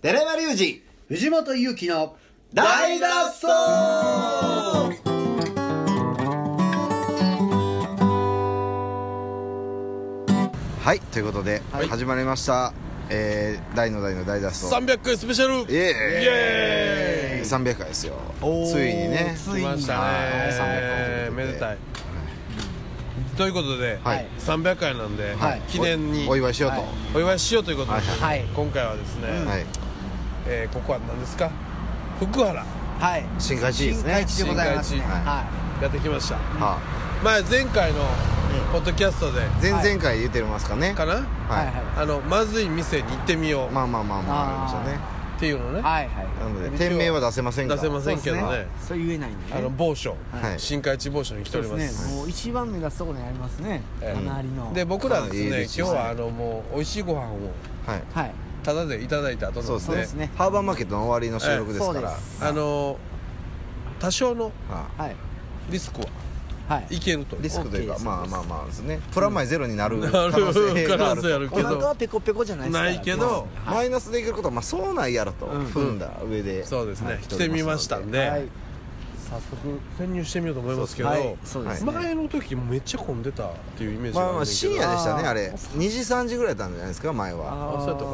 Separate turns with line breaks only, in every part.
寺山隆二
藤本勇樹の
大脱走はいということで、
い
始まりました、えー、大の大の大脱走
300回スペシャル
イエーイ
イエーイ
300回ですよ
おー
ついにね
来ました
はい300
ね
回
めでたいということで
はい
300回なんで
はい
記念に
おお祝いしようと、
は
お祝いしようということで
はい
はい
今回はですね
はい、
えーここは何ですか福原
はい
新開地ですね
新海地でございますね
新
海地
は
やってきました
は
前前回のポッドキャストで
あ、前々回言ってますかね、
かな
はい
は
あのまずい店に行ってみよ
い、
う
まあまあまあまあありまし
っていうのね
はいはい
た
は
ねなの
一応
で店名は出せませんか
出せま
い
せんけどね
そう言えないんで
あ
ね
の某所
はい
新海地某所に来てお
そう
り
で
ますす
ねもう一番目がそこにありますね
ええ
隣の
で僕らはです
いい
ね
で
今
す
日
ね
はあのもう美味しいご飯を
はい
はい
タダでいただいた後
そうです
そう
ね
ですね
ハーバーマーケットの終わりの収録ですから、
ええそうです
あの多少の
はあ
はい
リスクは
はい
いけると
リスクというか
OK です
まあまあまあですねプラマイゼロになる
な
可
る
能性
可
があ
能性あ
る
る
お
け
腹は
ど
ペコペコじゃないですから
ないけど
マイナスでいけることはまあそうないやろと踏んだ上で
そうです
は
ね
い
来てみましたん
は
で
はい
早速潜入してみようと思いますけど
はいそうですね
前の時めっちゃ混んでたっていうイメ
い
ージが
まあま
る
あ深夜でしたね
あー
あれ2時3時ぐらいだったんじゃないですか前は
あそうやったか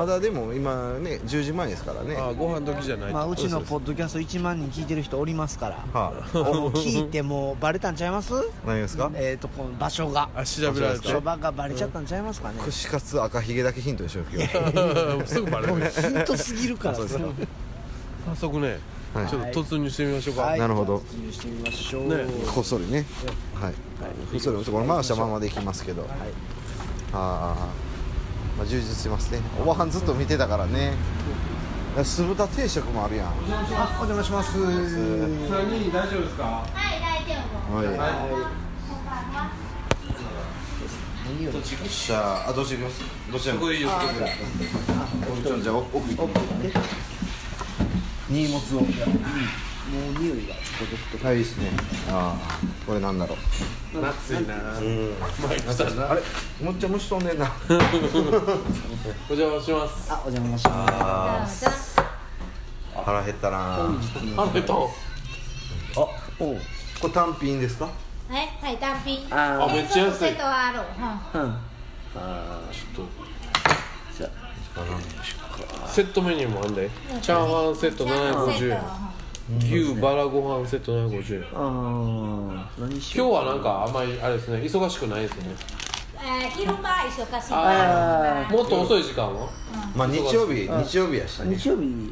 まだでも今ね10時前ですからね
ああ
は
ご飯時じゃない
まあ、うちのポ
ッ
ッドキャスト1万人聞いてる人おりますから
あ
もう聞いてもうバレたんちゃいます
何ですか
えっ、とこの場所が
あ調べられて
場所がバレちゃったんちゃいますかね、
串カツ赤ひげだけヒントでしょ 今日
すぐバレ
これ
る
ヒントすぎるから
そうですか
早速ね
はい
ちょっと突入してみましょう
は
か
い
なるほど
じゃあ突入してみましょう、
ね
こっそりねはいこっそりこれ回したままでいきますけどあーまあ充実してますねおばはんずっと見てたからね酢豚定食もあるやん
あお邪魔します
3人大丈夫ですか
はい。よっしゃあどうしていきますどうしても
いいよ
ちょじゃあ奥行き
荷物をもう匂いがちょっと出
はいいいですねああこれなんだろう
暑いな
あれむっちゃ虫飛んでんな
お邪魔します
あお邪魔しま
腹減ったなあ
ありがと
これ単品ですか
はい、はい、単品。
あ
ーめっちゃ安い
セットはある。う
うセットメニューもあんでチャーハンセット
んチャーハンセ
750
ッ
円
ト
牛バラご飯セット750円
すあー何し
今
よ
日
う
はなんかあんまりあれですね忙しくないですね
えー、昼間は忙しい。
あ
もっと遅い時間は
まあ日曜日日曜日やしたね
日曜日
み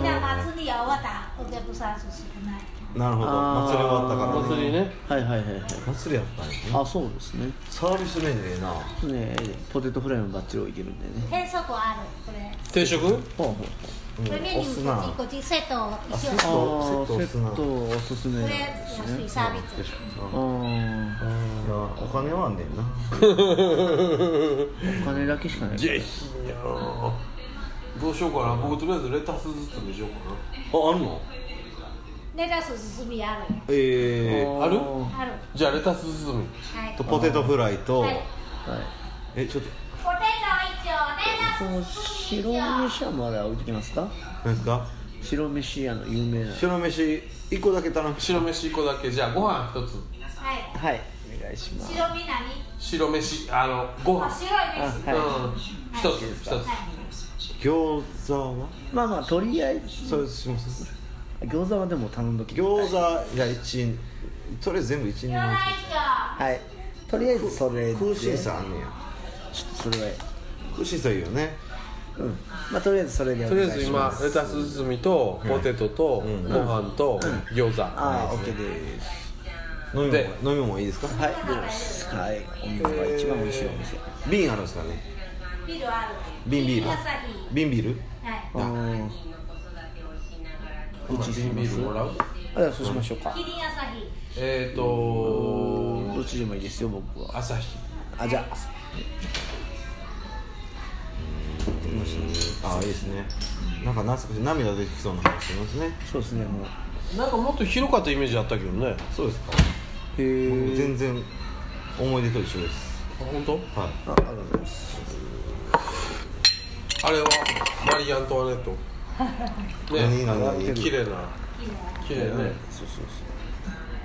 んな祭りは終わった。お客さん少ない。
なるほど
あ
祭
ー
り終わったからね
祭りね
はいはいはいはい
祭りやったんやね
あそうですね
サービスメニューええな
ちょっとねポテトフライもバッチリ置いてるんでね
変則ある。これ。
定食
ほうほう
これメニュ
押す
ー
な
こっちこっちセット一緒。
あ
こ
あ
セット
ー
押すな
セットおすすめなんで
れ
す
安い
ね
サービス。
ああ
いやお金はあんねんな
お金だけしかない
下品やなどうしようかな僕とりあえずレタス包みしようか
ああるの
レタス進みある。
ええ
なある
ある。
じゃあレタス包み
はい。
と
ポテ
ポテトフライと、
はい
はい
えちょっと
ト一丁、レタス
この白飯はまだ置いてきますか
何ですか
白飯屋の有名な
白飯一個だけ頼む
白飯1個だけじゃあご飯1つ
は
は
い。
いお願いします
白身何？
白飯あのご
あ、
飯
白い飯。
あはい
うん1つ1つ
はい。
餃子は
まあまあとりあえず
それします
餃子はでも頼んどき
餃子いや一とりあえず全部一人
餃
前
子
はいとりあえずそれで
空心
ちょ
菜あんねや
っとそれは
空心菜いいよね
うんまあとりあえずそれでお
とりあ
願
え
い
ず
しま
今
す
レタス包みとポテトとご飯と餃子
ああオッケーです
飲み物
で
飲み物いいですか
はいどうですはいお店が一番美味しいお店
瓶あるんですかね
一丁。ビールある。
瓶ビール
朝日。
瓶ビール
はい。
あー
ビールもらう
あじゃあそうしましょうか
キリン朝日。
えーと
どっちでもいいですよ僕は
朝日
あじゃあ
ああいいですねなんか懐かしい涙出てきそうな話しますね
そうですねもう
なんかもっと広かったイメージあったけどね
そうですか
へえ
全然思い出と一緒です
あ本当
はい
あありがとうございます
あれはマリー・アントワネット
何何何
綺麗な綺麗ね
そうそうそう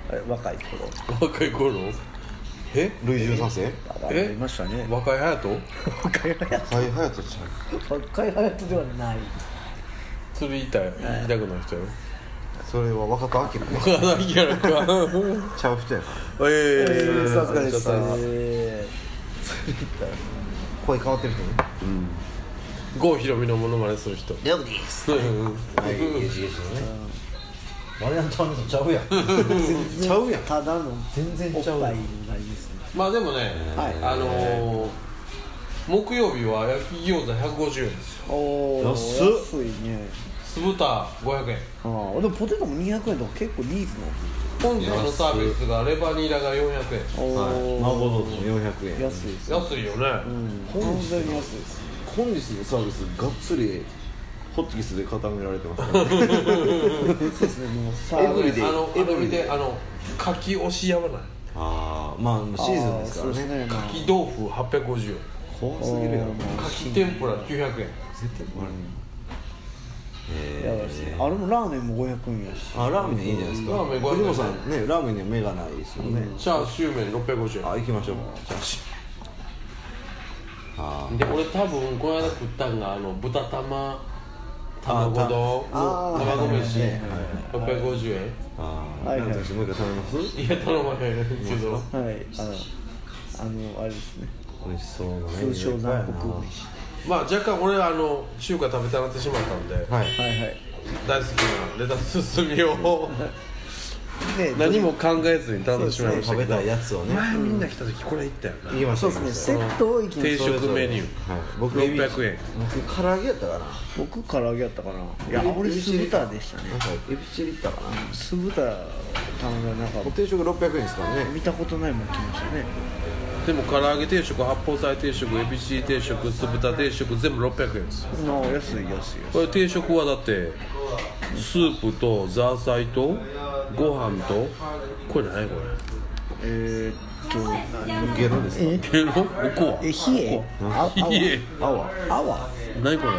あれ若い頃
若い頃え
ルイ13世
あありましたね
若い隼
若い隼
はいはやとちゃ
人若い隼人ではない
人釣りたい言いたくない人や
うそれは若田明子
ろ 若いやろ
ち
か
ゃう人やから
え
えーさすがです
ちょっと
え
声変わってる人ね
郷ひろみのモノマネする人
レオです
うん
はいゲジゲジのねマリアントワネットちゃうやんちゃうやん
ーただの
全然
おっ
ちゃうや
ぱい
ん
になりますね
まあでもね
はい
あのー木曜日は焼き餃子150円
おー
安っ
安いね
酢豚500円
ああでもポテトも200円とか結構リーズナ
本日のサービスがレバニラが400円
ブルお
はい
ー
麻婆豆腐も400円
安いです
安いよ
う
ね
ん完全に安いです
本日のサービスがっつりホットキスで固められてますからね
そうですねもうさ
エブリデイ
あのあ
エブ
の
リデイ
であのかき押しやばない
ああまあシーズンですから
そ
ね
うですねまあ
かき豆腐850円
怖すぎるやろ
おー
かき天ぷら900円
絶対これ
やばいですねあれもラーメンも500円やし
あラーメンいいじゃないですか
ラーメン500円
藤本さんねラーメンには目がないですよね、
チャーシュー麺650円
あ行きましょうじゃああ
で俺多分この間食ったんがあの豚玉卵丼
あー
卵飯
はい
650円
ああ
はい
な
はい
んとしてもう一回食べます
いや頼まへんけど
はいあのあのあれですね
美味しそうな
通称残酷
はい
飯
まあ若干俺あの中華食べたなってしまったんで
はい
はいはい
大好きなレタス包み を
で
何も考えずに頼んでしまいました
食
け
べ
ど
たいやつをね
前みんな来た時これ行ったよな
行きまし
そ
ょう
うですねセットをいきま
定
しょう
食メニュー
はい僕エビ
600円
僕唐揚げやったかななんか
僕唐揚げやったかないや俺酢豚でしたね
エビチリいったかな
酢豚頼んだなんか
お定食600円ですからね
見たことないもん来ましたね
でも唐揚げ定食八宝菜定食エビチリ定食酢豚定食全部600円です
なあ安い安い安い
これ定食はだってスープとザーサイとご飯とこれ何こ
えー、っと
ゲロです
え
れゲロおこわ
え冷えあ
いえ
あわ
あわ
何これ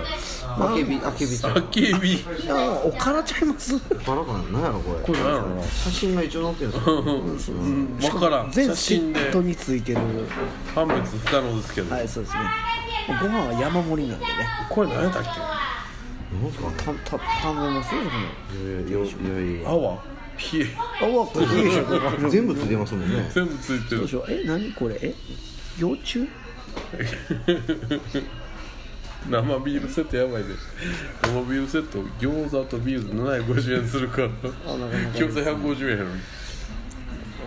あけびあけびちゃん
あけび
あわおからちゃいます
バラかな何やろこれ
これ何やろな
写真が一応載ってるんですよ
分からん
全
写
セ
真で
ットについてる
判別不可能ですけど、
はいそうですねご飯は山盛りなんでね
これ何やったっ
Ờ,
なんすか
たた頼みますよ
いやいやよよ
け
い
泡冷え
あわこれ冷えじゃんこれ
全部ついてますもんね
全部ついて
どう
る
しようえ何これえ幼虫
生ビールセットやばいで生ビールセット餃子とビール750円するから
なかなか
餃子150円やのに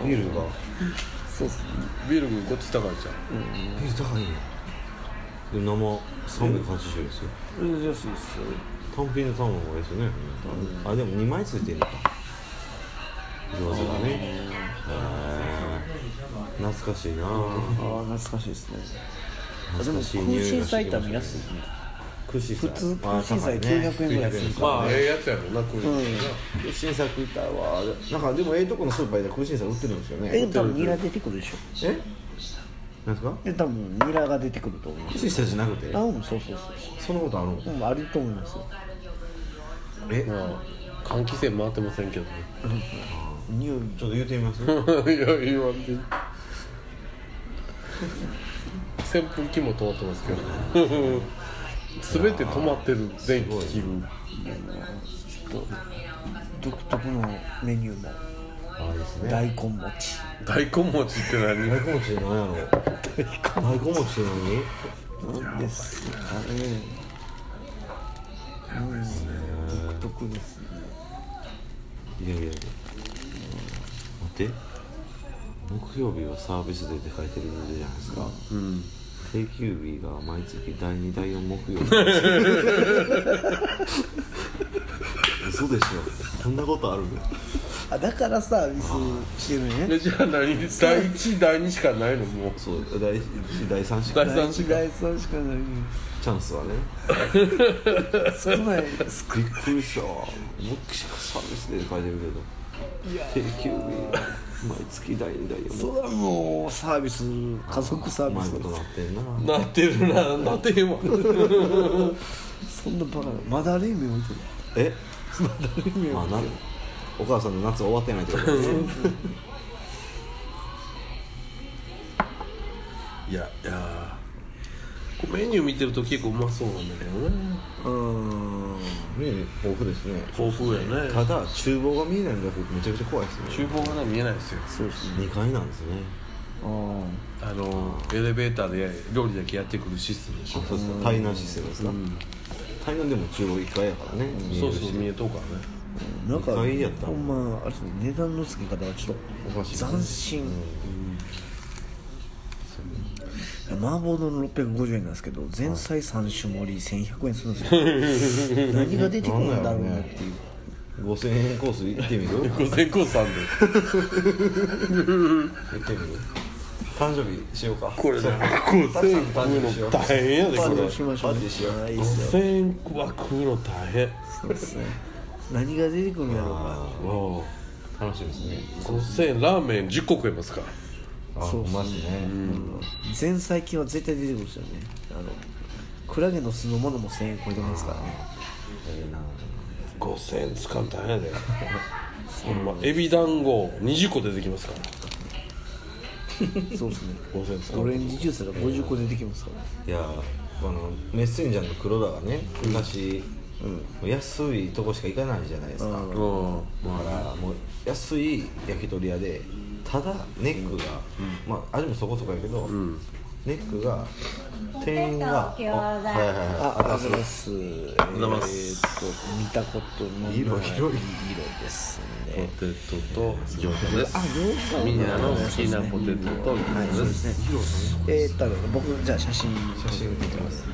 ビールが
そうっすね
ビールがこっち高いじゃ
ビール高いんやでも生380円ですよ
安いっすよ
単品の卵がですよねあでも2枚ついてるのか餃子がねへー懐かしいな
ああ懐かしいですねあで
懐
も
かしい
空
匂い
心
がして
菜
きまし
炒め
た
安いね
空心菜
普通空心菜900円ぐらいする
あ高ね900です
んまあ
ね
ええやつやろなこれ、
うん
空心菜食いたいわなんかでもええとこのスーパーで空心菜売ってるんですよ
えで
ね
も多分ニラ出てくるでしょ
えなんですか
え多分ニラが出てくると思います
空心菜じゃなくて
あうんそうそうそ
そんなことあるの
ううんあると思いますよ
え
まあ換気扇回ってませんけどね
匂いちょっと言うてみます
いや言わんでいい扇風機も止まってますけど 全て止まってる電気器具
独特のメニューも
あいいですね
大根餅
大根餅って何
大根餅って何やろ大根餅って何
ですかねうん独特ですね
いやいやいや待って木曜日はサービスデーって書いてるんじゃないですかうん定休日が毎月第2第4木曜日嘘でしょこんなことあるの
あだからサービスしてるね
えじゃあ何 第1第2しかないのもう
そう第1第3しか
第
大
三
事
し
大
か
根しかない
チャンスはね
少ない
びっくりした木曜サービスデーって書いてるけど定休日
毎月代々代
それはもうサービス家族サービ
まい
ス
ことなってんな
なってるななってへんわ
そんなバカなまだ冷麺置いてる
え
冷麺
まあ
置い
なお母さんの夏終わってないってことですね
いやいやこうメニュー見てると結構うまそうなんだけどね
てるうん
ね豊富ですね
豊富やね
ただ厨房が見えないのだけめちゃくちゃ怖いですね
厨房がね見えないですよ
そうですね
2階なんですね
あ
あのエレベーターで料理だけやってくるシステムでしょ
そうですか台南システムですか台南でも厨房1階やからね
そうそう見
え
えとうからね
あなんか
意外やった
ほんまあれですね値段の付け方がちょっ
おかしい
と斬新麻婆丼650円なんですけど前菜3種盛り1100円するんですよ何が出てくるんだろうなっていう
る5000円コース行ってみる行
五千個さんで
ってみる誕生日しようか
これ
そう
ね五
たくさん
千
の誕
食う
生日しよう
の大変やでこ
パ
れ
ーティー
五
しましょ
パー
うね
ティーしよう
あいいっすよ
千は食うの大変
そうっすね何が出てくるんやろうか
あー楽しみですね
五千ラーメン十個食えますから
あ
そう
うまいっすね
前菜金は絶対出てくるんですよねあのクラゲの酢の物も1000円超えてますからね
ええな
五千つかん大変やで ほんまエビ団子二十個出てきますから
そうですね
五千つか
オレ
ん
ンジジュースが50個出てきますからね
いやこのメッセンジャーの黒田がね昔、安いとこしか行かないじゃないですか、だか
うん
らもう安い焼き鳥屋でただネックが、まあ味もそこそこやけど、ネックが店員が
ポテト
あはい
餃子
はいはい
あ、ありがとうございます。え
うございます
ーっと、見たことのない色
色
色
色
です
ポ
ね。
テトと餃子です
あ、餃子
みんなの好きなポテトと
はい、
餃子で
そうですすね。えーっと、僕、じゃあ写真。写真撮ってます。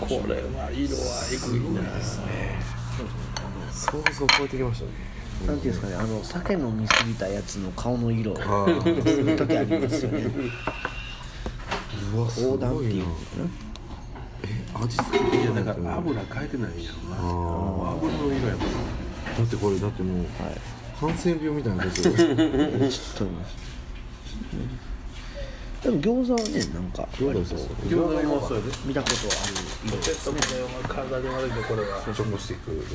これは色はえぐいな
想像を超えてきましたね
なんていうんですかね、あの、酒飲みすぎたやつの顔の色。そういう時ありますよね。
うわす
横断っ
ご
て
い
い
な
う。
味付けいやだから油変えてないんやろな油の色やもんな
だってこれだってもう、ハンセン病みたいなこと
撮ります。でも餃子はね、なんか割と
餃子もそうやで
見たことある
ポテトもね体に悪いんでこれは
チョコしていくどうぞ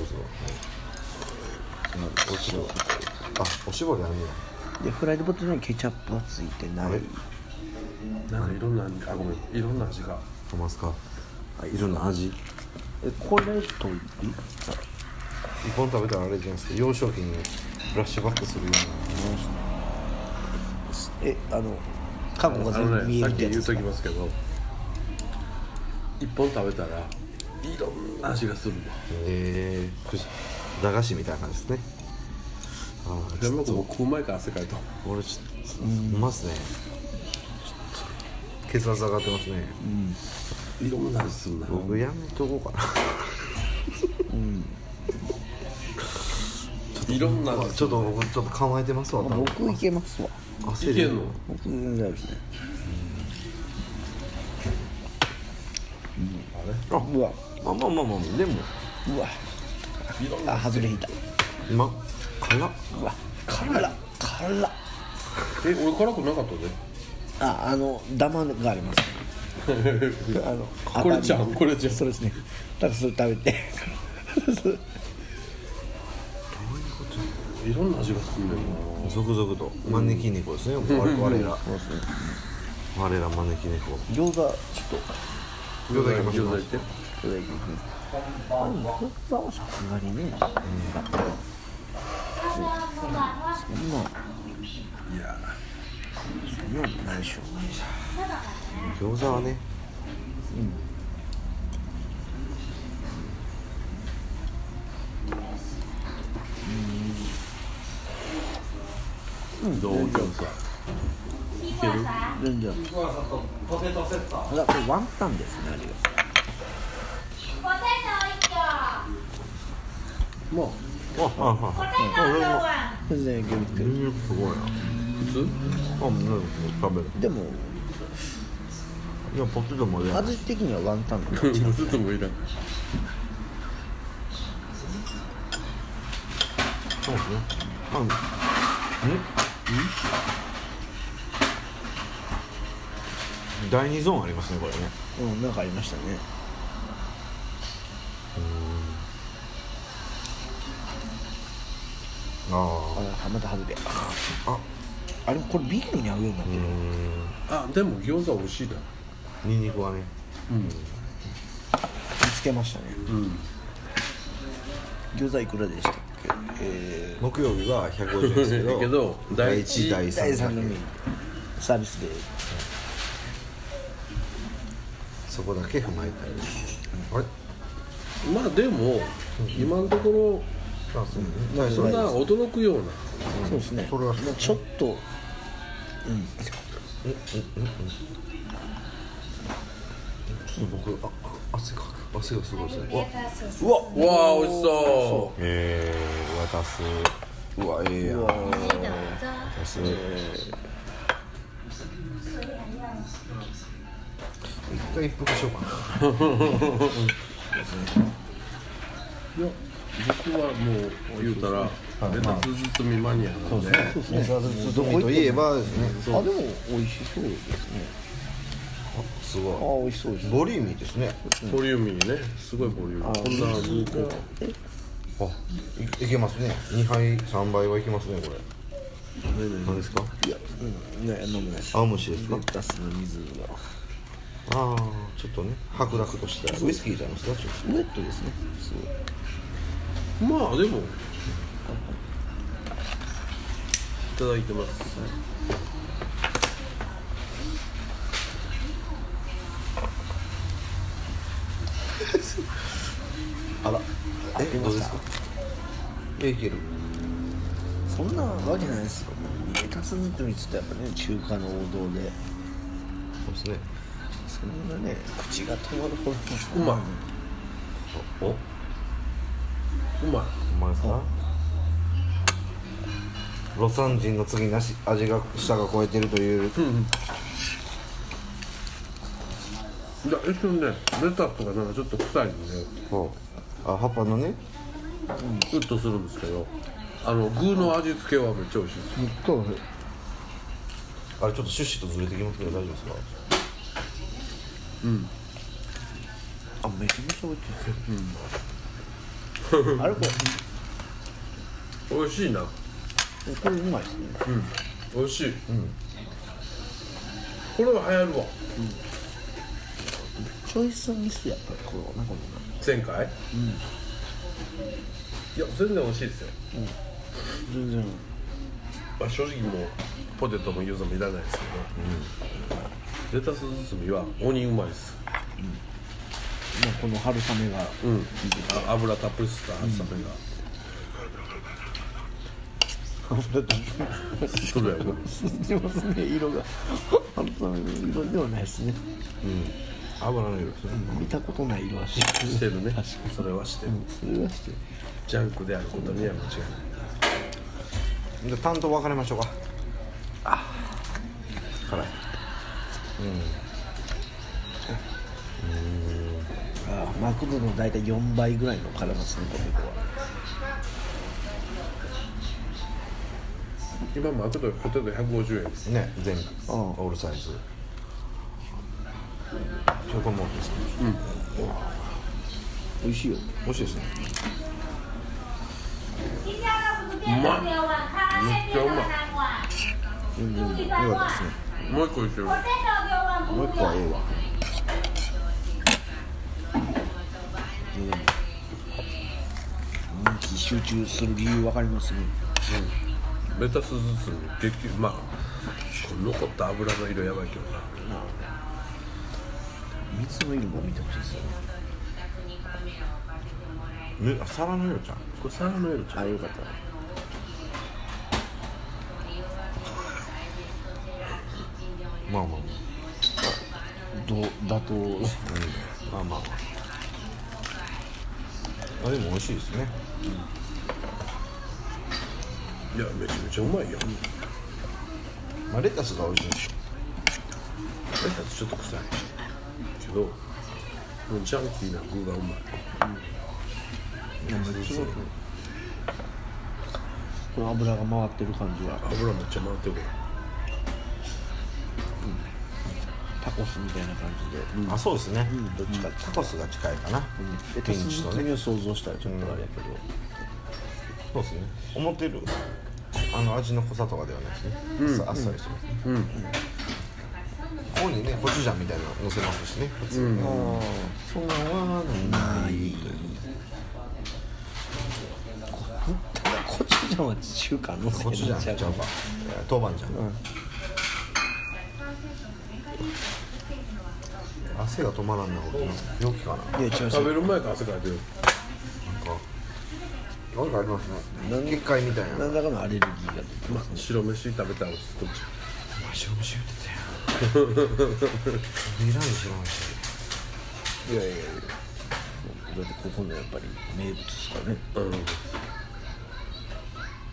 おしぼりあおしぼりあるや
でフライドポテトにケチャップはついてない
あれ
なんかいろんなあごめんいろんな味が
トマスかいろんな味
えこれと
一本食べたらあれじゃないですか幼少期にフラッシュバックするよう
えあの過去が
あ
全部
の
見
ね
え
さ
る
っ
って
き
や
言うと
つですか
きますけど一本食べたらいろんな味がするわ
なえー、くじ駄菓子みたいな感じですねあーち
で
ょ
も
っと
僕食う前から汗かいた
俺ちょっとうまっすね血圧上がってますね、
いろんな味するな
僕やめとこうか
いろんな
な
味
あちょっと僕ちょっと構えてますわ多分
僕いけますわ
焦
い
る
けんの
僕全然大丈夫ですねあうわ
まあまあまあまあでも
うわあ外れ引いた
今辛っ
うわ辛っ辛っ
え俺辛くなかったで
ああのダマがあります あの
これじゃん
当たり
これじゃん
そうですねだからそれ食べて
いろんな味がするんだよ
続々と招き猫ですね、我我ら我ら招き猫
餃子ちょっと
餃子いき
な
ましょう
餃子いって
いただきます餃子はさすがにねまあ
ờ,
いや
そんなんないでしょ
餃子はね
どう餃子
ờ,
全然ただこれワンタンですねあれが
ま
あああ
全然いけるいけ
う
る
んすごいな
あ普通
あもう食べる
でも
いやポテトもね
味的にはワンタンの
ちょっともいらん
そうですねあん第2ゾーンありますねこれね
うんなんかありましたね
あ
あまた外れああれこれビールに合うようになってる、
あでも餃子美味しいな
あニンニクはね
見つけましたね、餃子いくらでしたっけえ
木曜日は150円ですけど
けど
第
第
1
一
第
ー、第3の
3
みサービスで
そこだけ踏まえたりあれ
まあでも今のとこ
あそうねはい
ろ
そ
そ
れ
んな驚くような
そうですね
それはそう
まあちょっと
僕ああ汗かく汗がすごいですねわ
うわうわ美味しそ
えー、渡すうわええやん渡す一回一服しようかな
ういや僕はもう言うたらレタス包みマニアなので
どこといえばですね
あでも美味しそうですね
すごい
ああ美味しそうです
ボリューミーですね
ボリューミーねすごいボリューミーこんな濃厚
あいいけますね2杯3杯はいけますねこれ何ですか
いや、うん、ね飲むね
青虫ですか
レタスの水が
ああちょっとね白濁としたウイスキーじゃないですかちょっ
ウェットですねすごい
まあでもいただいてます
とあらえどうですかえいける
そんなわけないですよレタス包みっつったらやっぱね中華の王道で
そうですね
そんなね口が止まるほど
うまい
おお
うまい
前さロサン人の次なし味が舌が超えてるという
いや一瞬ねレタスとかなんかちょっと臭いんで
そうあ葉っぱのね
ウッとするんですけどあの具の味付けはめっちゃ美味しいです
そう
あれちょっと趣旨とずれてきますけど大丈夫ですか
あめちゃめちゃ美味しいですよ、あれこ
美味しいな
れこれうまいですね
美味しい、これは流行るわ
チョイスミスやっぱりこうなんかもう
前回、いや全然美味しいですよ、
全然
まあ、正直もうポテトも餃子もいらないですけど、レタス包みは鬼うまいです、
もうこの春雨が
うん、あ油たっぷり吸った春雨が、それやな
してますね色が春雨の色ではないですね
油の色ですね
見たことない色はしてる
してるねそれはしてる、
それはしてる
ジャンクであることには間違い
じゃあ担当分かれましょうか
ない辛い
あマクドの大体4倍ぐらいの辛さですねポテトは
今もあとでポテト150円です
ね全部
うん
オールサイズちょっともうですね
美味しいよ
美味しいですねよかったですね
もう一個いける
もう一個はええわ
人気集中する理由わかりますね
レタス包み激まあこの残った油の色やばいけどな
水の色も見てほしいですよね
むあ皿の色ちゃん
これ皿の色ちゃ
あ
う
よかった
まあまあ
ど妥当
まあまあまああでも美味しいですね
いやめちゃめちゃうまいよレ
まあレタスが美味しいんですよ
タスちょっと臭いけどジャンキーな具がうまい
いやめっちゃ美味しい
この油が回ってる感じが
油めっちゃ回ってるか
タコスみたいな感じで、
あそうですね、どっちかタコスが近いかな、
え
ピ
タ
ン
ス
チと
包み
ね
を想像したらちょっとあれやけど、
そうですね思ってるあの味の濃さとかではないですね、あっさりしてます、ここにねコチュジャンみたいなの乗せますしね普通に、あーそうなんは
ないこただコチュジャンは中華のせい
コチュジ
に
ャン
なっ
ち
ち
ゃ
ゃ
う
う
か
から
えー豆板醤、汗が止まらんな俺病気かない
や違う
ら
違
食
う
べる前から汗かいてる
なんかあります
なん
ね結界みたいな
何らかのアレルギーが出て
まあ白飯食べたら落ち着くんちゃ
白飯言っ てたよいらん白飯
ういやいやいや
だってここのやっぱり名物ですからね
う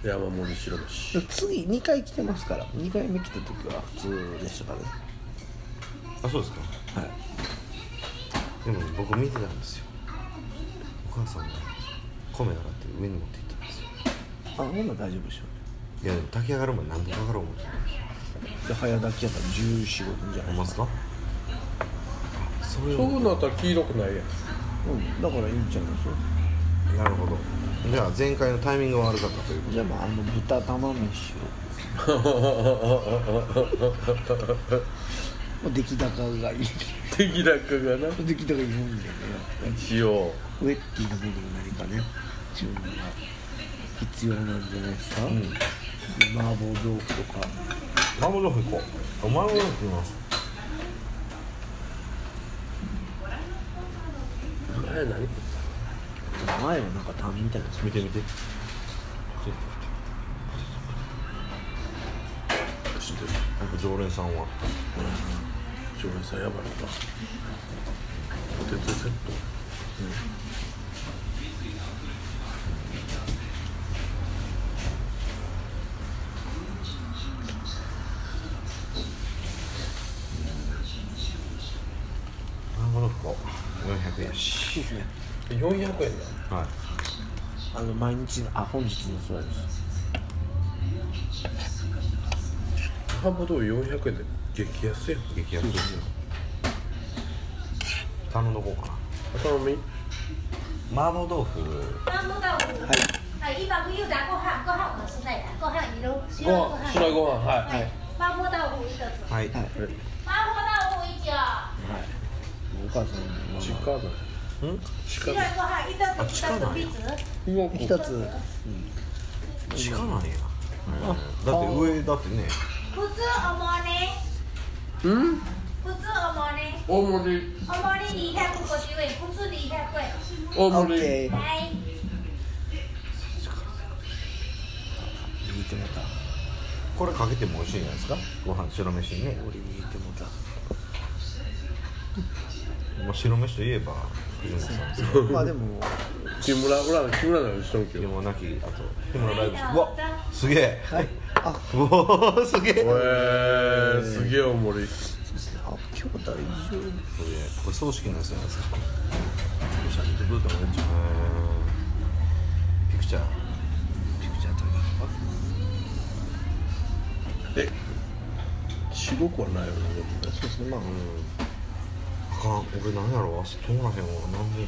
ん山盛り白飯
次2回来てますから2回目来た時は普通でしたからね
あそうですか
はい
でも僕見てたんですよお母さんが米洗って上に持って行ったんですよ
あほんなら大丈夫でしょ
いやでも炊き上がるまで何でかかろう思って
うで早炊きやったら1415分じゃな
ほ
い
んま
で
っ
す
す
か
かそうい
そういうのあったら黄色くないやん
うんだからいいんちゃいますよ
なるほどじゃあ前回のタイミングが悪かったというこ
じゃあまああの豚玉飯を まあ出来高がいい
出来高がな
出来高がいいもんじゃから
一応
ウェッティの部分何かね自分が必要なんじゃないですか、で麻婆豆腐とか
と麻婆豆腐行こう麻婆豆腐行きます
前何
前はなんかタンみたいなやつ
見て見て
知ってる
なんか常連さんは
常連さんやばいなポテトセット
麻婆豆腐こう400円し
400円だ
はい
あの毎日のあ本日のそうです
ハンバーグ400円で激安やん
激安ですよ頼んどこうか
頭見
な麻婆豆腐
麻婆豆腐。哎，一般不有咱国汉，国汉我是那的，国汉你都需要国汉。
白ご飯は
哎，麻婆豆腐一个子，
はい、
はい
麻婆豆腐一斤，
お母さん
い
に
近ない
ん
近
需
ない
要国汉一个子，一个子一子。
一つ
しかないや、だって上だってね
普通おもね。
うん
普通おも
大
ね。
盛り
おもね二百五十円，普通二百円。
大
オッ
盛り
ケー
哎，
見てもた
これかけても美味しいんじゃないですかご飯白飯にね
俺見てもた
まあ、白飯といえば藤本さんですけ
まあでも
木村裏の木村なのしとんけ
ど
ど
もなきあと日村ライブうわすげえ
はいあ
う おーすげえすげえ
おえー、すげえ大盛り
そうですねあ今日大丈夫
これ葬式のやつじゃないですかピクチャー
ピクチャー撮
え白くはないよね
りそうですねまあ
あかん俺何やろう明日通らへんわ何で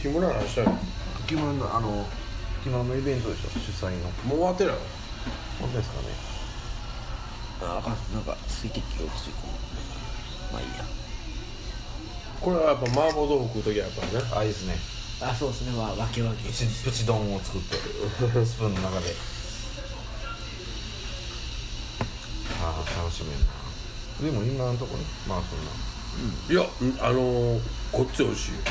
木村なのしたんやも
木村のあの木村のイベントでしょ主催の
う終わってないの
本当ですかね
ああなんか水滴が落ちてくるまあいい
これはやっぱ麻婆豆腐食う時はやっぱりね
あいいですね
やあそうですねまあわけわけ
プチプチ丼を作って スプーンの中でああ楽しみやなでも今のところねまあそんない
やうんあのー、こっち美味しいよ
ね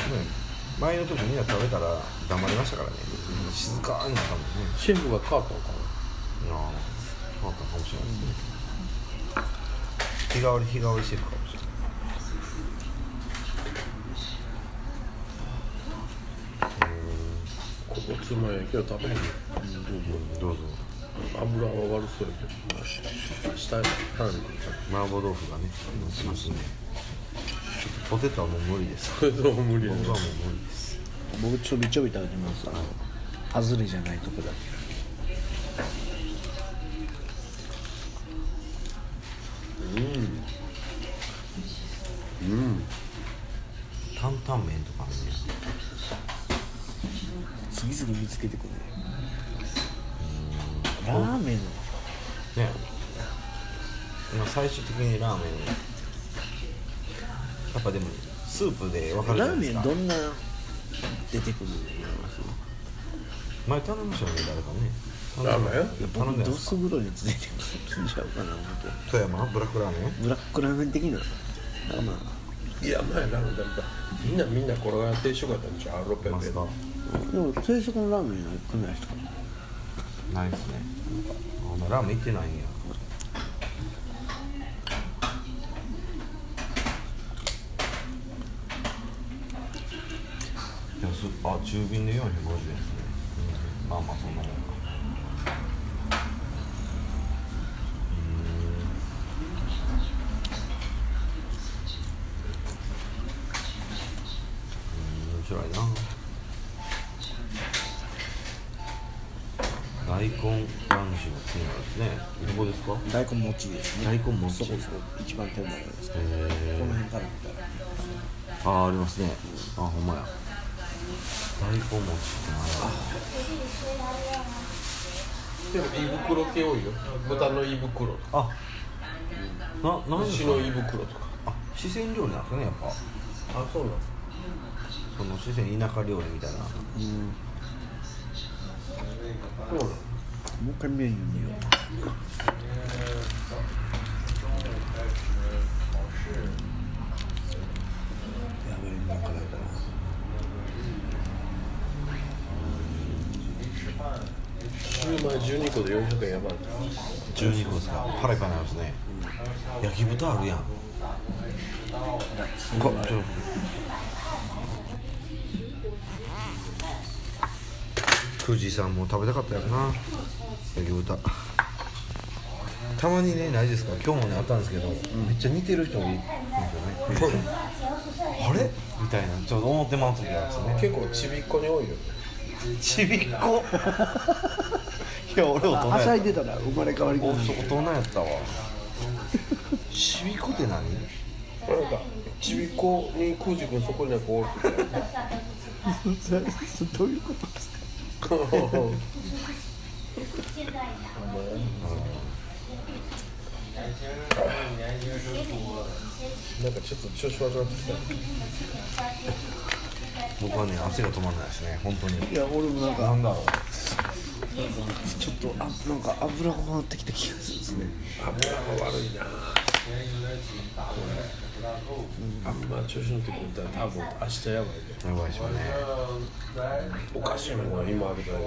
前の時みんな食べたら黙りましたからね、静かになったもんね
シェフが変わったのか
ああ変わったかもしれないですね、日替わり日替わりしてるかもしれない
なここつまんやけど食べへんよ
どうぞ
油は悪そうやけど下へ腹に
麻婆豆腐がねしますねちょっとポテトはもう無理です
これでも無理や
僕
ね
はもう無理です
僕ちょびちょび食べてますあの外れじゃないとこだけ
担々麺とかあるね
次々見つけてくるねラーメン
ね今最終的にラーメンやっぱでもスープで分かるじゃ
ラ
な
ー
いです
メン
か
どんな出てくる
前頼みましたよね誰かね
ラーメン
頼ん
の
でないで
どう
す
す
か
ぐらいのやつ出てくるんちゃうかな思って
富山ブラックラーメン
ブラックラーメン的ななんかま
いや前ラーメン食べたみんなみんなこれが定食やったんちゃう600
ま
円
す
で
か
あでも定食のラーメンは来ない人かな
ないですねあまだラーメン行ってないんやでもスーあ中瓶で450円ですね、うん、まあまあそんなもんかうーんうーん面白いな大根男子も気になるんですね。どこですか？
大根餅ですね
大根餅
そこそこ一番手前ですこ
え
の辺から見たら
ー、あーありますね。あほんまや。大根餅って
でも胃袋系多いよ豚の胃袋とか
あるあななんです
牛
か
の胃袋とか
あ四川料理なんですかねやっぱ
あそうなの
その四川田舎料理みたいな。
そうなの
もう一回メニュー見よう。やばい、今からだ
シューマイ12個で400円やばい
十二個ですか？腹いっぱいになりますね。焼き豚あるやん。こちょっと富士山も食べたかったよな焼き豚たまにねないですか今日もねあったんですけど、めっちゃ似てる人がいるんですよねあれみたいなちょっと思ってまう時あるんですよね
結構ちびっこに多いよ
ちびっ こいや俺大人
は
やった
しゃいでたら生まれ変わり
おそう大人やったわちびっこって何
なんかちびっこに空く君そこになんかおるみたいな
どういうことですか
なんかちょっと調子悪くなってきた
僕はね汗が止まらないですね本当に
いや、俺もなんか、
なんだろう
ちょっと、あなんか油が回ってきた気がするんですね。
油が悪いなあんま調子乗ってくれたら多分明日やばいで
やばいでしょうね
おかしいもんな今あるからね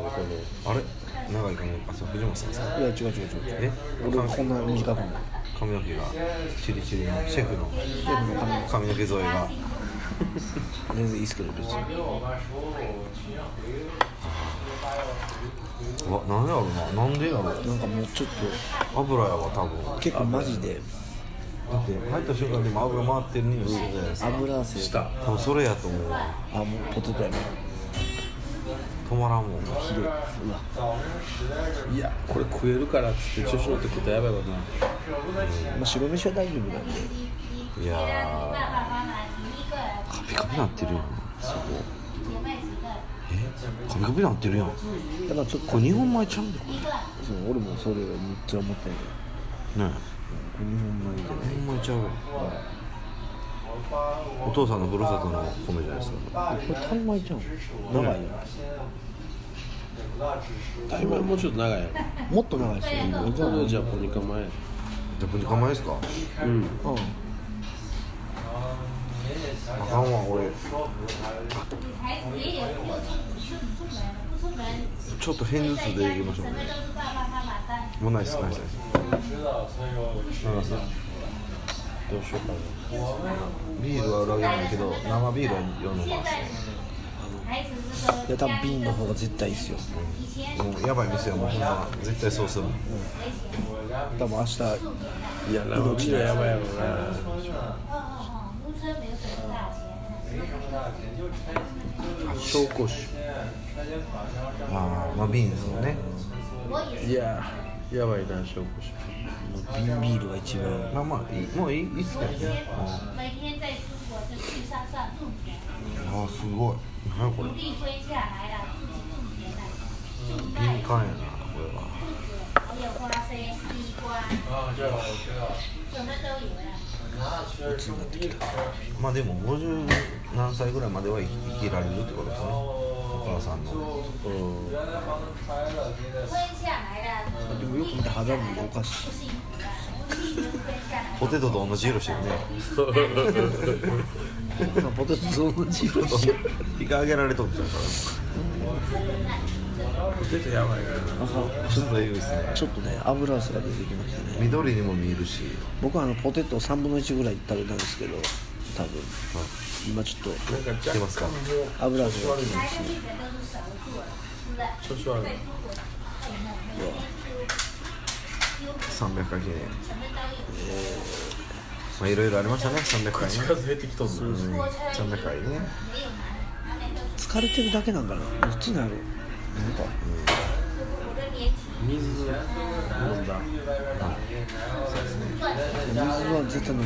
この
あれ長いかもあそう藤本さんですか
いや、違う違う違う。
え
俺もこんな短くない。
髪の毛がチリチリのシェフの髪の毛添えが
全然いいですけど、別
う
に。
わなんやろうななんでやろう
なんかもうちょっ
油やわ多分
と、結構マジで、
だって入った瞬間でも油回ってる匂いするじゃないですか
油汗。
下
多分それやと思うわ
あ、もうポテトやな。
止まらんもん
ひどい。うわ。
いやこれ食えるからっつって調子乗ってくれたらやばいことになる
まあ、白飯は大丈夫なんで。
いやーカピカピなってるやんそこえカピカピなってるやん
だからちょっと
これ日本米ちゃうんだ
そう俺もそれめっちゃ思ったんや
ね
日本米で
え日本米ちゃうお父さんのふるさとの米じゃないですか
これタイ米ちゃうん長いよ
タイマーもうちょっと長いやろ
もっと長いですよ
僕のジャポニカ前
ジャポニカ米ですか
うん
うん
あかんわ俺
孩子也有六七，你出不出门？不出门，
ちょっと偏頭
在
痛
家
でいき
里
まし
什
ょう
么
ね
都是爸爸妈妈带。
もうないっすないっす
どうしようかな
ビールは裏切らないけど生ビールは飲んでま
孩子是说
いや多分瓶の方が絶対いいっすよ
以前
すもうやばい店はもうほんま絶対そうする
多分明日
いやラーメンはやばいやろな
哦哦，农村没有什么大钱，什么都
紹興酒
ああまあ瓶ですもんね
我也
いやーやばいな紹興酒
瓶ビールが一番
まあまあいいもういいいいっすか
我以
ね
前每天在中国就去山上种田，
ああすごい何やこれ
独立归下来了，自己种田了，种麦
敏
子、
感やなこれは
兔子，还有花生、西瓜，什么都有了。
まあでも50何歳ぐらいまでは生き生きられるってことですねお母さんの
うん
分下来了，
でもよく見たら肌もおかし
不辛苦了，一直分下来。
ポテトと同じ色してるね
い僕のポテトと同じ色してる
火が上げられとるじゃんこ
出てやばいな
れちょっとエグいですね
ちょっとね油汗が出てきましたね
緑にも見えるし
僕はあのポテト3分の1ぐらい食べたんですけど多分今ちょっ
なんか
来
若
てますか
と油汗が
来的日本都是手做的，是不是？
干出来了
在
300回
中国，哎，那每天都
記念
什么都有。
まあいろいろありましたね300回
近
ね
づいてきとんの
锅车也
300回ね
没有拿，拿来都是
疲れてるだけなんかなどっちなの
我这年纪
水飲んだ
赚钱。
水は絶対飲む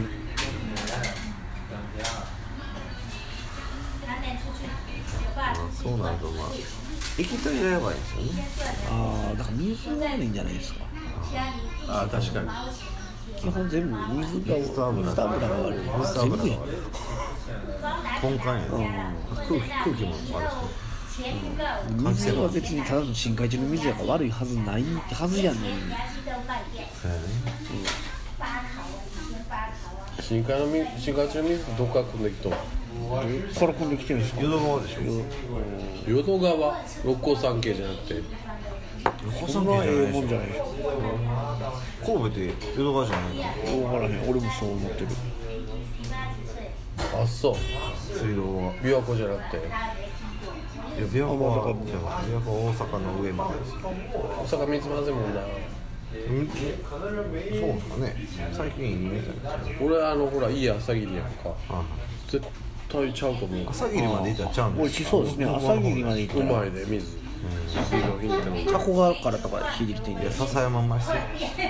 难点出去学霸，
そうなるとまあ液体がやばいですよね
ああだから水はないんじゃないですか
家里自己
あ確かに
毛钱
基本全部水が
水と油
水と油が悪い
水と
全
油
部や
が悪い
光打
根幹やね
混在那里以后钱不够，
水は別にただの深海中の水やから悪いはずないはずやのに
全家具都卖掉，
そうやね
八桃啊，以前八桃啊，
深海の水深海中の水どっから組んできとんの
これ込んできてるんですか
淀川でしょ
淀川六甲山系じゃなくて
横
そんなええもんじゃないですか
神戸って淀川じゃないの
分からへん俺もそう思ってる
七八十岁，
あそう
水道は
琵琶湖じゃなくて
他没
いや琵琶
听过。
湖は琵琶湖は大阪の上までですよ
大阪三つまずいもんな
うんそうなんすかね最近いいみたいな
俺あのほらいい朝霧やんか
あ
絶対ちゃうと思う
朝霧まで行ったらちゃうん
美
で
味
す
し
よ
そうですね朝霧まで行っ
う
たら
まいね水水の日にでも
タコ川からとか引いてきていいん
い
で
や
すか
笹山うまいっすよ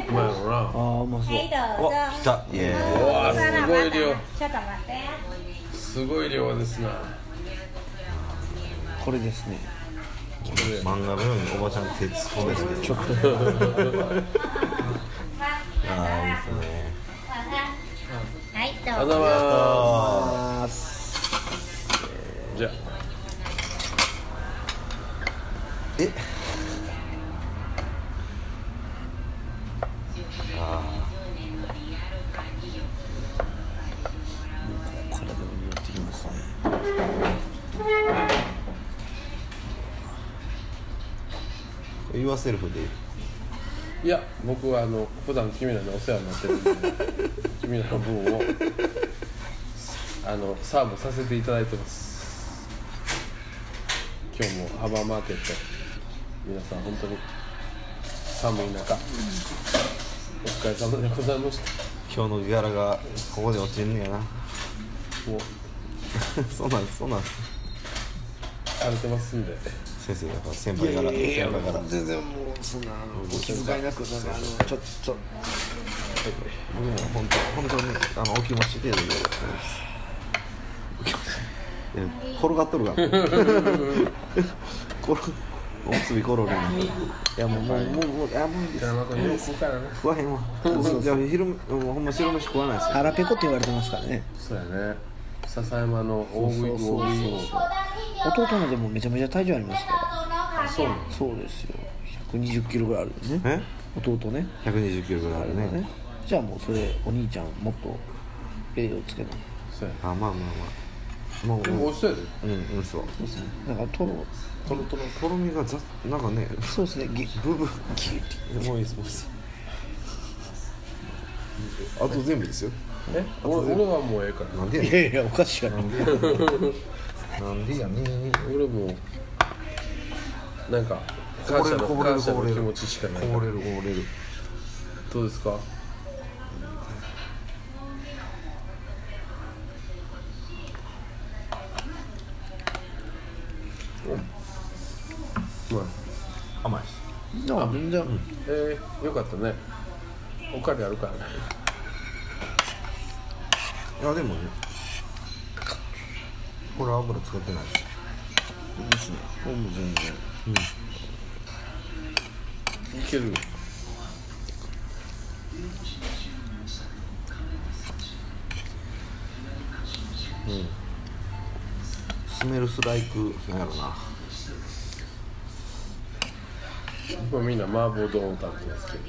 うまいよな
ああうまそう
黑的
うわ来たイエーイ
わ
这
すごい量
小干嘛的呀？
すごい量ですな
これですね
漫画のようにおばちゃん手突っ込んでるけど
ちょっと
妈，
ああいいですね
晚安。来，
あり。
走
がとうございま
あ
すじゃ
ーえあ
体が潤ってきますね
ー言わせるふでいい
あいや僕はあの普段君らにお世話になってるんで君らの分をあのサーブさせていただいてます今日も幅マーケット皆さん本当に寒い中お疲れ様でございました
今日のギャラがここで落ちんねやな
もう
そうなんですそうなんです
荒れてますんで
先生だから先輩から先輩から
全然もうそんなあのお気遣いなくなんかあのちょっと
僕も本当本当にあのお気持ち程 度でお気持ちいや転がっとる からね転おむすびコロリになっとるいやもうもうもうもういやもういいです
山子によく食うからね
食わへんわじゃあ昼もうほんま白飯食わないですよ
腹ペコって言われてますからね
そうやね笹山の大食い
そうそうそう
大食い王
弟のでもめちゃめちゃ体重ありますか
そうなの
らそうですよ120キロぐらいあるんですね
え
弟ね
120キロぐらいあるね
ねじゃあもうそれお兄ちゃんもっとペイをつけな
そうやね
あまあまあまあもう
でも美味しそうやで
うんうんそう
なんかとろ
トロトロとろみがざなんかね
そうですねぎ
ブブもういいですもういいですあと全部ですよ
え俺俺はもうええから
なんでやねん
いやいやおかしいわ
なんでやねん
俺もなんか
こ
感
ぼれ
謝
る
の
こぼれる
感謝
こぼ
の
れ
気
る
持ちしかな
こ
い
ぼれるこぼれる
どうですか
ごい甘い
あ全然
えー、よかったねおかわりあるからね
いやでもねこれ油使ってないし
いいですねこれも全然
いける
スメルスライクなんやろな
今みんな麻婆丼を食べてますけど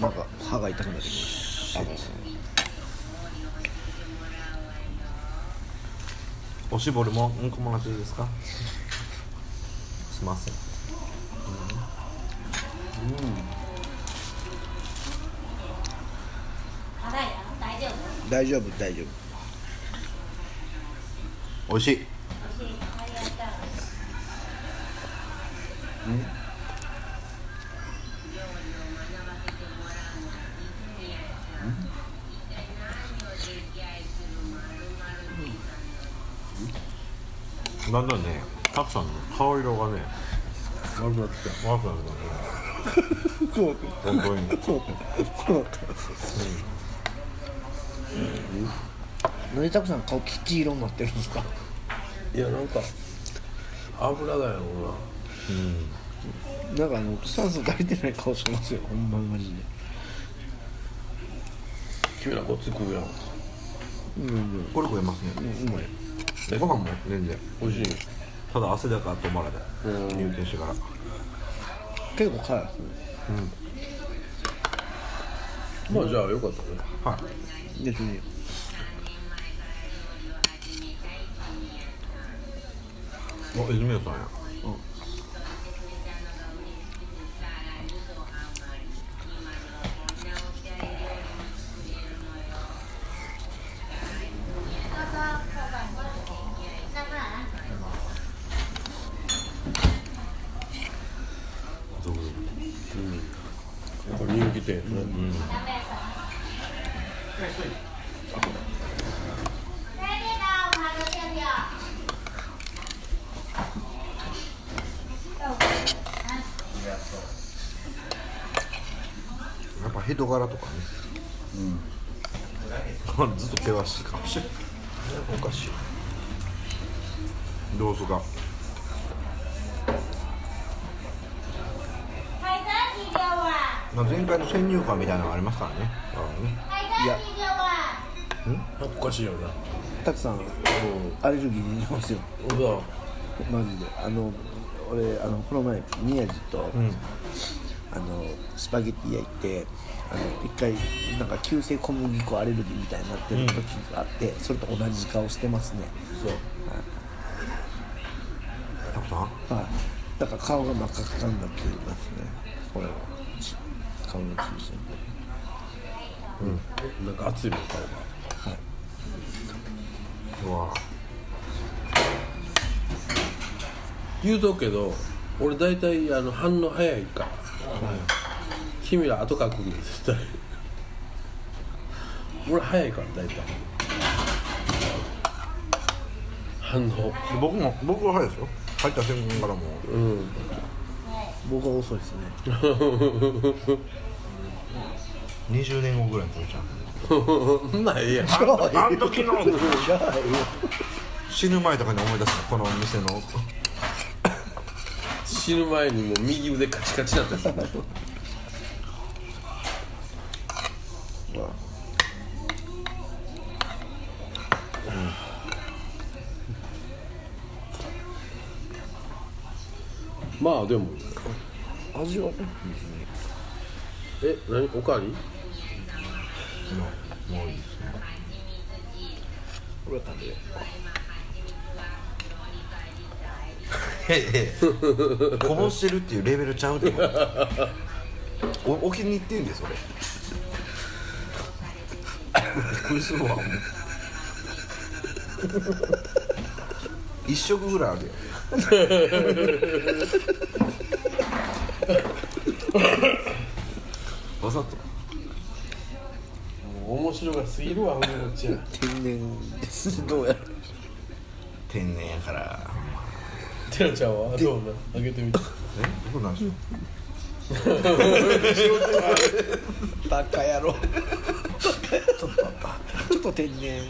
あなんか歯が痛くなってきました
おしぼりもうんこもらっていいですかすいません
辛いやん大丈夫
大丈夫大丈夫
美味しいだんだんね、たくさんの顔色がね、
悪くなってきた
悪くなって
怖く
くる本当に。
怖く怖くなんでたくさん顔土色になってるんですか
いやなんか油だよ
なんかあの酸素足りてない顔してますよほんまにマジで
な君らこっち食うやん
これ食えますね。
うまい
ご飯も全然。
美味しい
ただ汗だから止まらない。
うん
入店してから。
結構辛いですね
まあじゃあよかったね
はい。
別に
お、泉谷さんや。ゾクゾク
やっぱ人気店やね、
来这个我还能听听。
やっぱ人柄とかね。うん。ずっと険しいかもしれない。おかしい。どうすか。
海参鸡溜啊，
まあ、前回の先入観みたいなのがありますからね。だからね
海参鸡溜啊。
おかしいよな
たくさんアレルギーにいますよ
うわ
マジであの俺あのこの前宮地と、あのスパゲッティ焼いてあの一回なんか急性小麦粉アレルギーみたいになってる時があって、それと同じ顔してますね
そう
タコさん。
はいだから顔が真っ赤っかになってますねこれは顔の中心
なんか熱いもん顔が
うわ
言うとくけど俺大体あの反応早いから、君ら後から来るんです絶対俺早いから大体反応
で僕も、僕は早いですよ。入った瞬間からもう。
僕は遅いですね
20年後ぐらいに来るじゃん。
そんなんええやん
あの時の。死ぬ前とかに思い出すのこのお店の。
死ぬ前にもう右腕カチカチだったやつまあでも
味はね
え何おかわり
もういいですね。
これは食べよ
へえこぼしてるっていうレベルちゃうでおお気に入ってんでそれびっくりするわもう一食ぐらいあるよわざと
面白がすぎるわ俺のち
う天然ですねどうやら
天然やから
テラちゃんはどうなん開けてみて
えどうなんでしょう
バカ野郎ちょっとあったちょっと天然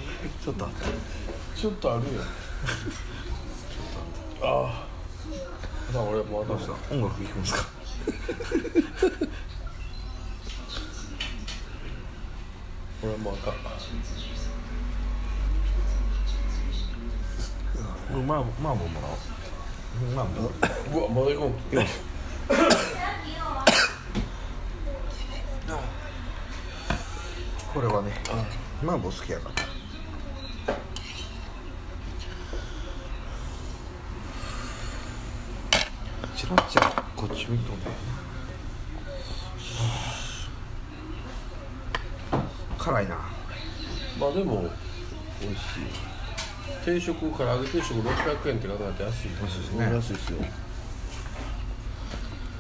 ちょっとあった
ちょっとあるよああまあ俺もう頭
音楽聴くんですか
俺もうあかん
うんまあまあもうもらおううんまあもう
うわまだ行くん
これはねマーボー好きやからチラッチラこっち見とんね辛いな
まあでも美味しい定食唐揚げ定食600円って考えて安い
美味しいです
珍
ね
しいですよ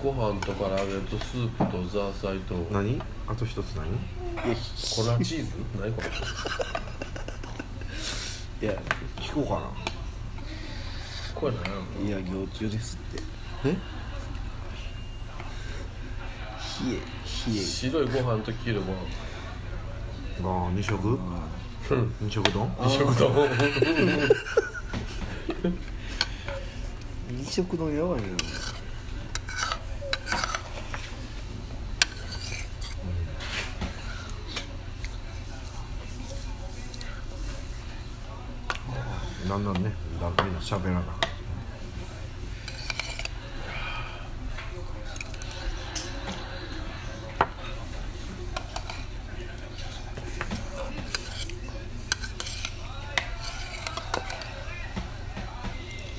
ご飯と唐揚げとスープとザーサイとこ
何あと一つ何
れはチーズ何これ
いや
聞こうかな
これ何やろ
いや行中ですって
え
冷え冷え
白いご飯と黄色いご飯
ああ二色
うん
二色丼
二色丼
二色のやばいよ
だんだんねだんだんみんな喋らな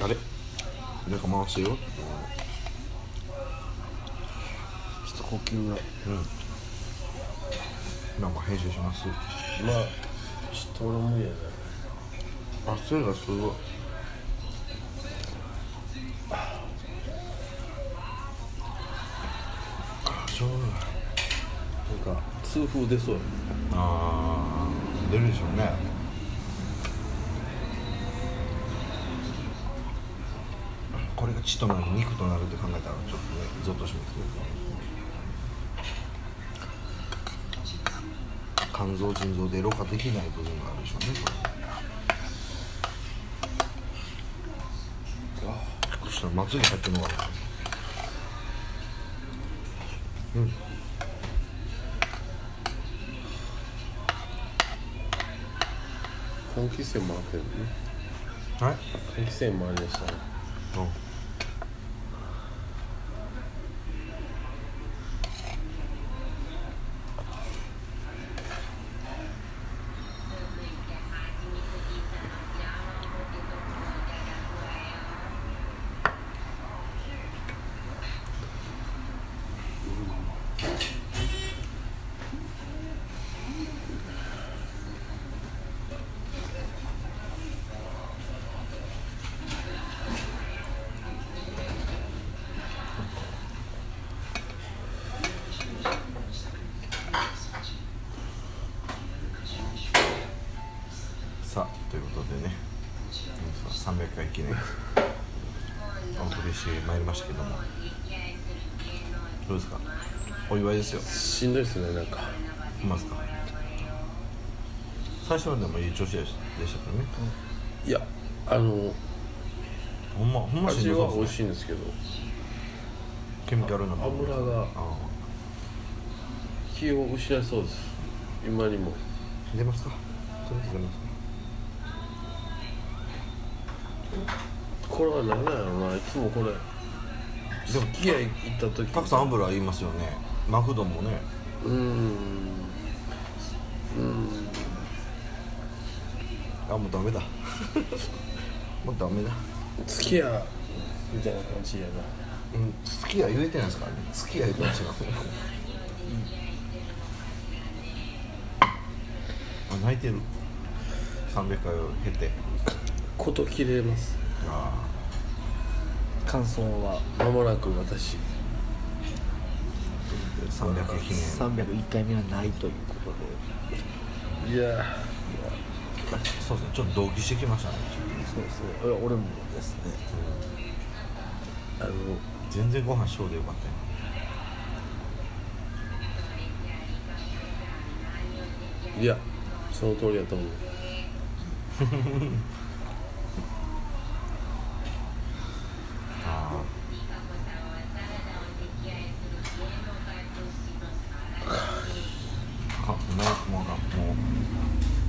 あれなんか回してよ
ちょっと呼吸が
なんか編集します
まあちょっと俺無理やな
あそういえばすごいあしょうがない
なんか痛風出そうや
あー出るでしょうねこれが血となる肉となるって考えたらちょっとねゾッとしますね肝臓腎臓でろ過できない部分があるでしょうねこれそしたら松に入ってるのが
換気扇もあってるね
はい、
換気扇もありましたね
うんさあということでね皆さん300回記念お送りしてまいりましたけどもどうですかお祝いですよ
しんどいっすねなんか
いますか最初はでもいい調子でしたでしたけどね
いやあの
ほんまほんまし
味
んど
は
そう
美
で
味
す
しいんですけど
煙気あるな
油が
あ
気を失いそうです今にも
ー出ますかとりあえず出ますか
これは何なんやろないつもこれ
でも
付き合い行った時
たくさん油言いますよねマクドもね
うーん
あもうダメ だもうダメだ
付き合いみたいな感じやな
うん、好きは言えてないですからね好きは言えてないですからあ泣いてる300回を経て
こと切れます
あ
感想は
まもなく私
ー300記念
301回目はないということ
いや
そうですねちょっと同期してきましたね
でそうですね俺もですねあの
全然ご飯小でよかったよ
いやその通りやと思う
ああなんかもうなんかもう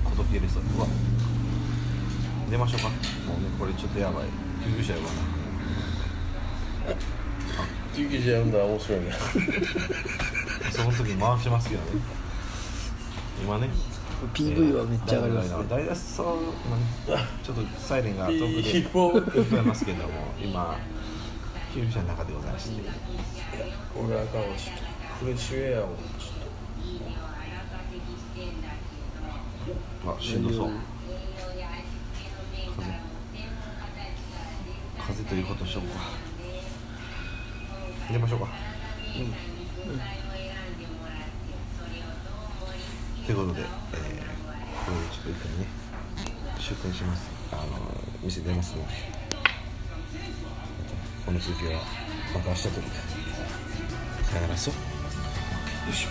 こと切れそううわ出ましょうかもうねこれちょっとやばい救急車やばいな
救急車呼んだら面白いな
その時に回しますけどね今ね
PV はめっちゃ上がりますね
えー大体そうまあねちょっとサイレンが遠く で
ピーポー
聞こえますけども今救急車の中でございまして
俺あかんわちょっとフレッシュエアをちょっ
あしんどそう風風ということにしようか出ましょうかということで、えー、これでちょっと一回ね出店しますあの店出ますのでこの続きはまた明日ということでさよならそうよいしょ